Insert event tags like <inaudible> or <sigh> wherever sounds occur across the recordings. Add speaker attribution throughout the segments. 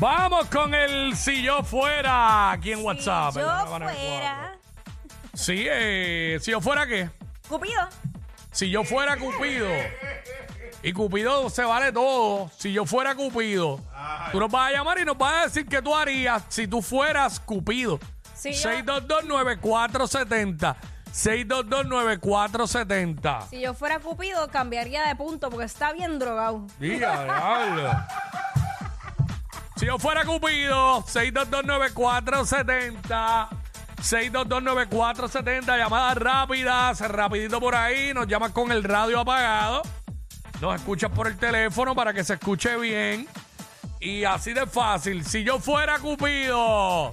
Speaker 1: Vamos con el si yo fuera aquí en WhatsApp.
Speaker 2: Si
Speaker 1: el
Speaker 2: yo
Speaker 1: 994.
Speaker 2: fuera
Speaker 1: Sí, eh, si yo fuera qué?
Speaker 2: Cupido,
Speaker 1: Si yo fuera Cupido. Y Cupido se vale todo. Si yo fuera Cupido. Tú nos vas a llamar y nos vas a decir qué tú harías si tú fueras Cupido.
Speaker 2: Si yo-
Speaker 1: 6229470. 6229470.
Speaker 2: si yo fuera Cupido, cambiaría de punto porque está bien drogado.
Speaker 1: Diga, diablo. <laughs> Si yo fuera Cupido, 6229470. 6229470, llamadas rápidas, rapidito por ahí, nos llamas con el radio apagado, nos escuchas por el teléfono para que se escuche bien y así de fácil, si yo fuera Cupido,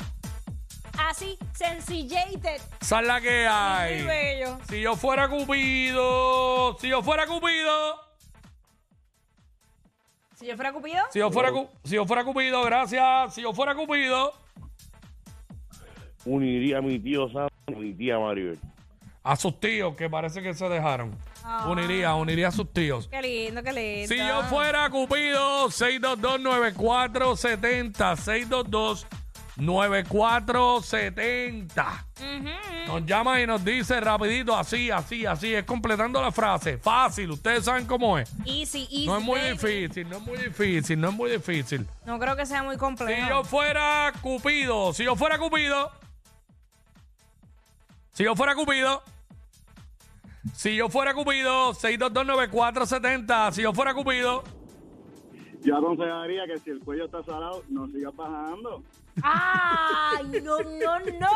Speaker 2: Así, sencillated.
Speaker 1: esa es la que
Speaker 2: Muy
Speaker 1: hay.
Speaker 2: bello.
Speaker 1: Si yo fuera Cupido, si yo fuera Cupido.
Speaker 2: Si yo fuera Cupido,
Speaker 1: Si yo fuera, Cu- si yo fuera Cupido, gracias. Si yo fuera Cupido.
Speaker 3: uniría a mi tío Sam y mi tía Maribel.
Speaker 1: A sus tíos, que parece que se dejaron. Uniría, uniría a sus tíos.
Speaker 2: qué lindo, qué lindo.
Speaker 1: Si yo fuera Cupido, 622-9470. 622-9470. Nos llama y nos dice rapidito, así, así, así. Es completando la frase. Fácil, ustedes saben cómo es.
Speaker 2: Easy, easy.
Speaker 1: No es muy
Speaker 2: baby.
Speaker 1: difícil, no es muy difícil, no es muy difícil.
Speaker 2: No creo que sea muy
Speaker 1: Si
Speaker 2: complejo.
Speaker 1: yo fuera Cupido, si yo fuera Cupido, si yo fuera Cupido, si yo fuera Cupido, 6229470, si yo fuera Cupido,
Speaker 4: Yo aconsejaría que si el cuello está salado, no sigas bajando.
Speaker 2: ¡Ay,
Speaker 1: <laughs>
Speaker 2: no, no, no, no!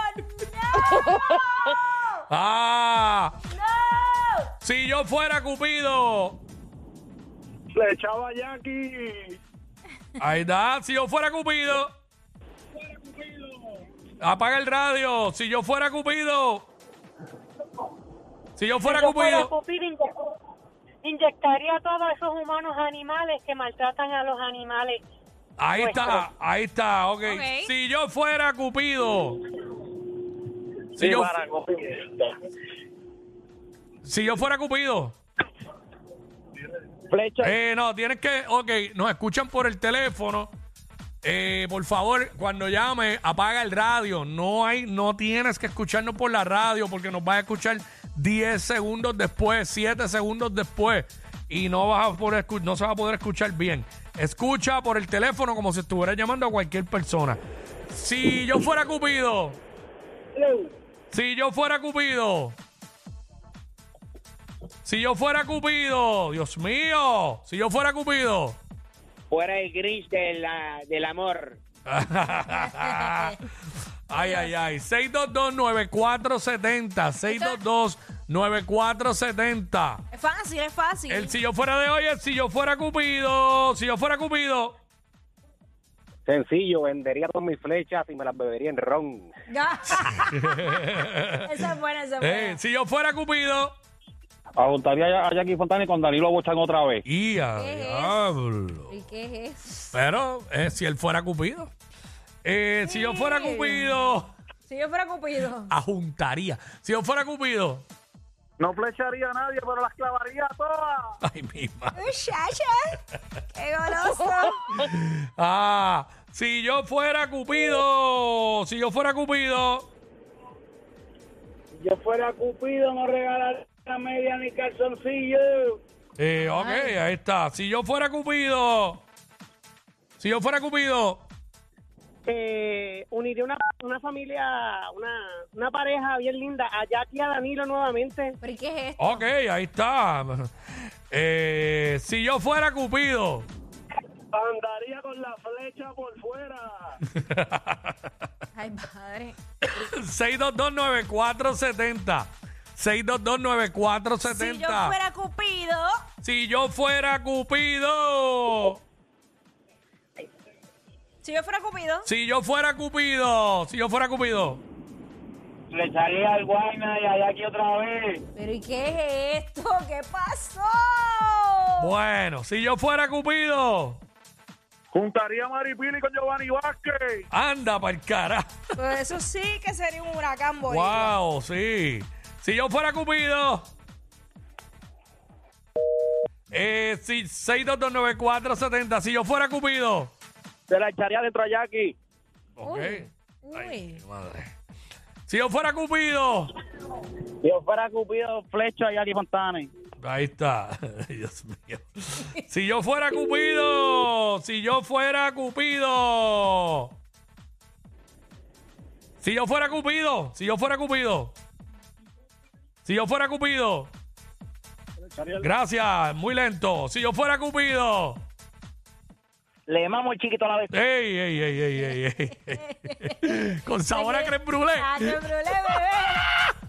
Speaker 1: ah,
Speaker 2: ¡No!
Speaker 1: si yo fuera Cupido,
Speaker 4: Le echaba Jackie.
Speaker 1: ahí está, si yo fuera Cupido, apaga el radio, si yo fuera Cupido, si yo fuera
Speaker 5: Yo fuera
Speaker 1: Cupido,
Speaker 5: Cupido, inye- inyectaría a todos esos humanos animales que maltratan a los animales.
Speaker 1: ahí está, ahí está, ok,
Speaker 2: Ok.
Speaker 1: si yo fuera Cupido. Si yo, fu- Si yo fuera Cupido. Eh, no, tienes que. Ok, nos escuchan por el teléfono. Eh, por favor, cuando llame, apaga el radio. No hay, no tienes que escucharnos por la radio porque nos vas a escuchar 10 segundos después, 7 segundos después. Y no vas a poder escu- no se va a poder escuchar bien. Escucha por el teléfono como si estuvieras llamando a cualquier persona. Si yo fuera Cupido. Si yo fuera Cupido. Si yo fuera Cupido, Dios mío, si yo fuera Cupido.
Speaker 6: fuera el gris de la, del amor.
Speaker 1: <laughs> ay, ay, ay. 622-9470. 622-9470.
Speaker 2: Es fácil, es fácil.
Speaker 1: El si yo fuera de hoy es si yo fuera Cupido. Si yo fuera Cupido.
Speaker 7: Sencillo, vendería todas mis flechas y me las bebería en ron.
Speaker 2: <laughs> esa es buena, esa es buena.
Speaker 1: Eh, si yo fuera Cupido.
Speaker 3: Apuntaría a Jackie Fontana y con Danilo Bochan otra vez.
Speaker 1: Y a
Speaker 2: ¿Qué es?
Speaker 1: diablo.
Speaker 2: ¿Y qué es eso?
Speaker 1: Pero eh, si él fuera Cupido. Eh, Si yo fuera
Speaker 2: Sí.
Speaker 1: Cupido,
Speaker 2: Si yo fuera Cupido.
Speaker 1: ajuntaría. Si yo fuera Cupido. <laughs>
Speaker 4: No flecharía a nadie, pero las clavaría todas.
Speaker 1: Ay, mi madre.
Speaker 2: ¡Muchacha! ¡Qué goloso!
Speaker 1: Ah, si yo fuera Cupido, si yo fuera Cupido,
Speaker 4: Si yo fuera Cupido, no regalaría media ni calzoncillo.
Speaker 1: eh, ok, ahí está. Si yo fuera Cupido, si yo fuera Cupido,
Speaker 6: Eh, uniría una, una familia, una, una pareja bien linda a Jackie y a Danilo nuevamente.
Speaker 2: <laughs> ¿Pero y qué es esto?
Speaker 1: ok, ahí está. <laughs> Eh, si yo fuera Cupido,
Speaker 4: Andaría con la flecha por fuera.
Speaker 2: Ay, padre.
Speaker 1: 6229470. 6229470.
Speaker 2: Si yo fuera Cupido,
Speaker 1: Si yo fuera Cupido,
Speaker 2: si yo fuera Cupido,
Speaker 1: si yo fuera Cupido, si yo fuera Cupido.
Speaker 3: Le echaría al Guayna y a Jackie otra vez.
Speaker 2: ¿pero y qué es esto? ¿Qué pasó?
Speaker 1: Bueno, si yo fuera Cupido,
Speaker 4: Juntaría a Maripili con Giovanni Vázquez.
Speaker 1: anda para el cara.
Speaker 2: Pues eso sí que sería un huracán boricua.
Speaker 1: Wow, sí. Si yo fuera Cupido. Eh, si, 6229470. Si yo fuera Cupido.
Speaker 4: Se la echaría dentro a Jackie.
Speaker 1: Ok.
Speaker 2: Uy, uy.
Speaker 1: Ay, mi madre. Si yo fuera Cupido.
Speaker 4: Si yo fuera Cupido, flecho a Jackie Fontane.
Speaker 1: Ahí está. <laughs> Dios mío. Si yo fuera Cupido. Si yo fuera Cupido. Si yo fuera Cupido. Si yo fuera Cupido. Si yo fuera Cupido. Gracias, muy lento. Si yo fuera Cupido.
Speaker 4: Le mamo el chiquito a la vez.
Speaker 1: Ey, ey, ey, ey, ey, ey. Con sabor a creme brûlée.
Speaker 2: Ah, qué bebé.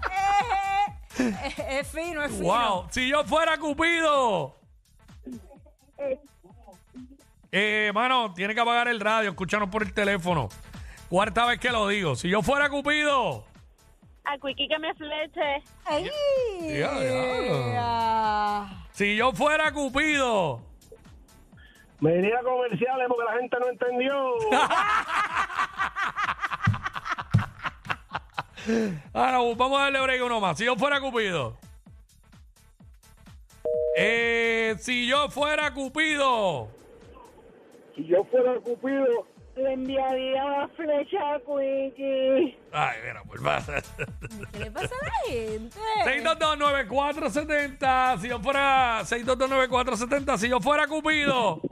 Speaker 2: Eh, eh, eh, es fino, es fino.
Speaker 1: Wow, si yo fuera Cupido. Eh, mano, tiene que apagar el radio, escúchanos por el teléfono. Cuarta vez que lo digo. Si yo fuera Cupido.
Speaker 5: A Quiki que me fleche.
Speaker 2: Ay,
Speaker 1: Ya, ya.
Speaker 2: ah.
Speaker 1: Si yo fuera Cupido. <laughs>
Speaker 7: Me diría comerciales porque la gente no entendió.
Speaker 1: Ahora vamos a darle break uno más. Si yo fuera Cupido. Eh, si yo fuera Cupido.
Speaker 7: <laughs> Si yo fuera Cupido,
Speaker 5: Le enviaría una flecha a Quiki.
Speaker 1: Ay, mira, por favor.
Speaker 2: ¿Qué le pasa a la gente?
Speaker 1: 6229470. Si yo fuera 6229470. Si yo fuera Cupido.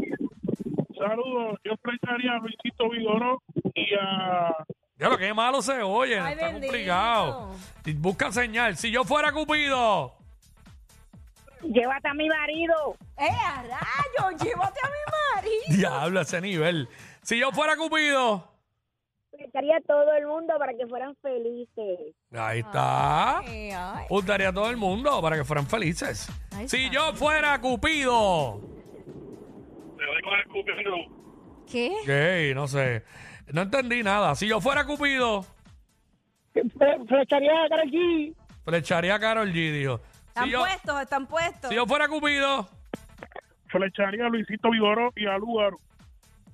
Speaker 8: Saludos, yo flecharía a Luisito Vigoró y a...
Speaker 1: Ya lo que malo se oye.
Speaker 2: Ay,
Speaker 1: está
Speaker 2: bendito.
Speaker 1: complicado. Y Busca señal. Si yo fuera Cupido.
Speaker 5: Llévate a mi marido.
Speaker 2: ¡Eh, a rayos! ¡Llévate a mi marido!
Speaker 1: Diablo, ese nivel. Si yo fuera Cupido.
Speaker 5: Flecharía a todo el mundo para que fueran felices.
Speaker 1: Ahí está.
Speaker 2: Ay, Eh, ay.
Speaker 1: Juntaría a todo el mundo para que fueran felices.
Speaker 2: Ahí
Speaker 1: Si
Speaker 2: está.
Speaker 1: yo fuera Cupido.
Speaker 8: Te doy con el cupido.
Speaker 2: ¿Qué?
Speaker 1: Gay, no sé. No entendí nada. Si yo fuera Cupido,
Speaker 4: Flecharía a Karol G.
Speaker 1: flecharía a Carol G, dijo.
Speaker 2: Están
Speaker 1: Si yo,
Speaker 2: puestos, están puestos.
Speaker 1: si yo fuera Cupido.
Speaker 8: Flecharía a Luisito Vigoró y a Lúgaro.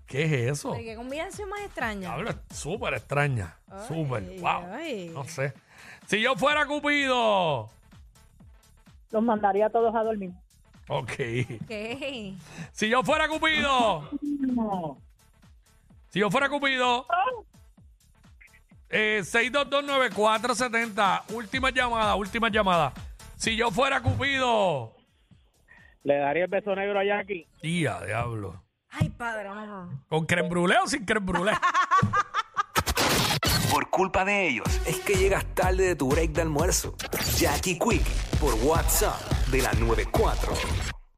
Speaker 1: ¿Qué es eso?
Speaker 2: Porque qué combinación más extraña.
Speaker 1: Diablo, es súper extraña.
Speaker 2: Ay,
Speaker 1: Súper. Wow.
Speaker 2: ay.
Speaker 1: No sé. Si yo fuera Cupido.
Speaker 6: Los mandaría a todos a dormir.
Speaker 1: Ok.
Speaker 2: ¿Qué?
Speaker 1: Si yo fuera Cupido. si yo fuera Cupido. Eh, 6229470. Última llamada, última llamada. Si yo fuera Cupido.
Speaker 4: Le daría el beso negro a Jackie.
Speaker 1: Tía, diablo.
Speaker 2: Ay, padre, mamá.
Speaker 1: ¿Con creme brûlée o sin creme brûlée?
Speaker 9: Por culpa de ellos es que llegas tarde de tu break de almuerzo. Jackie Quick por WhatsApp de la 94.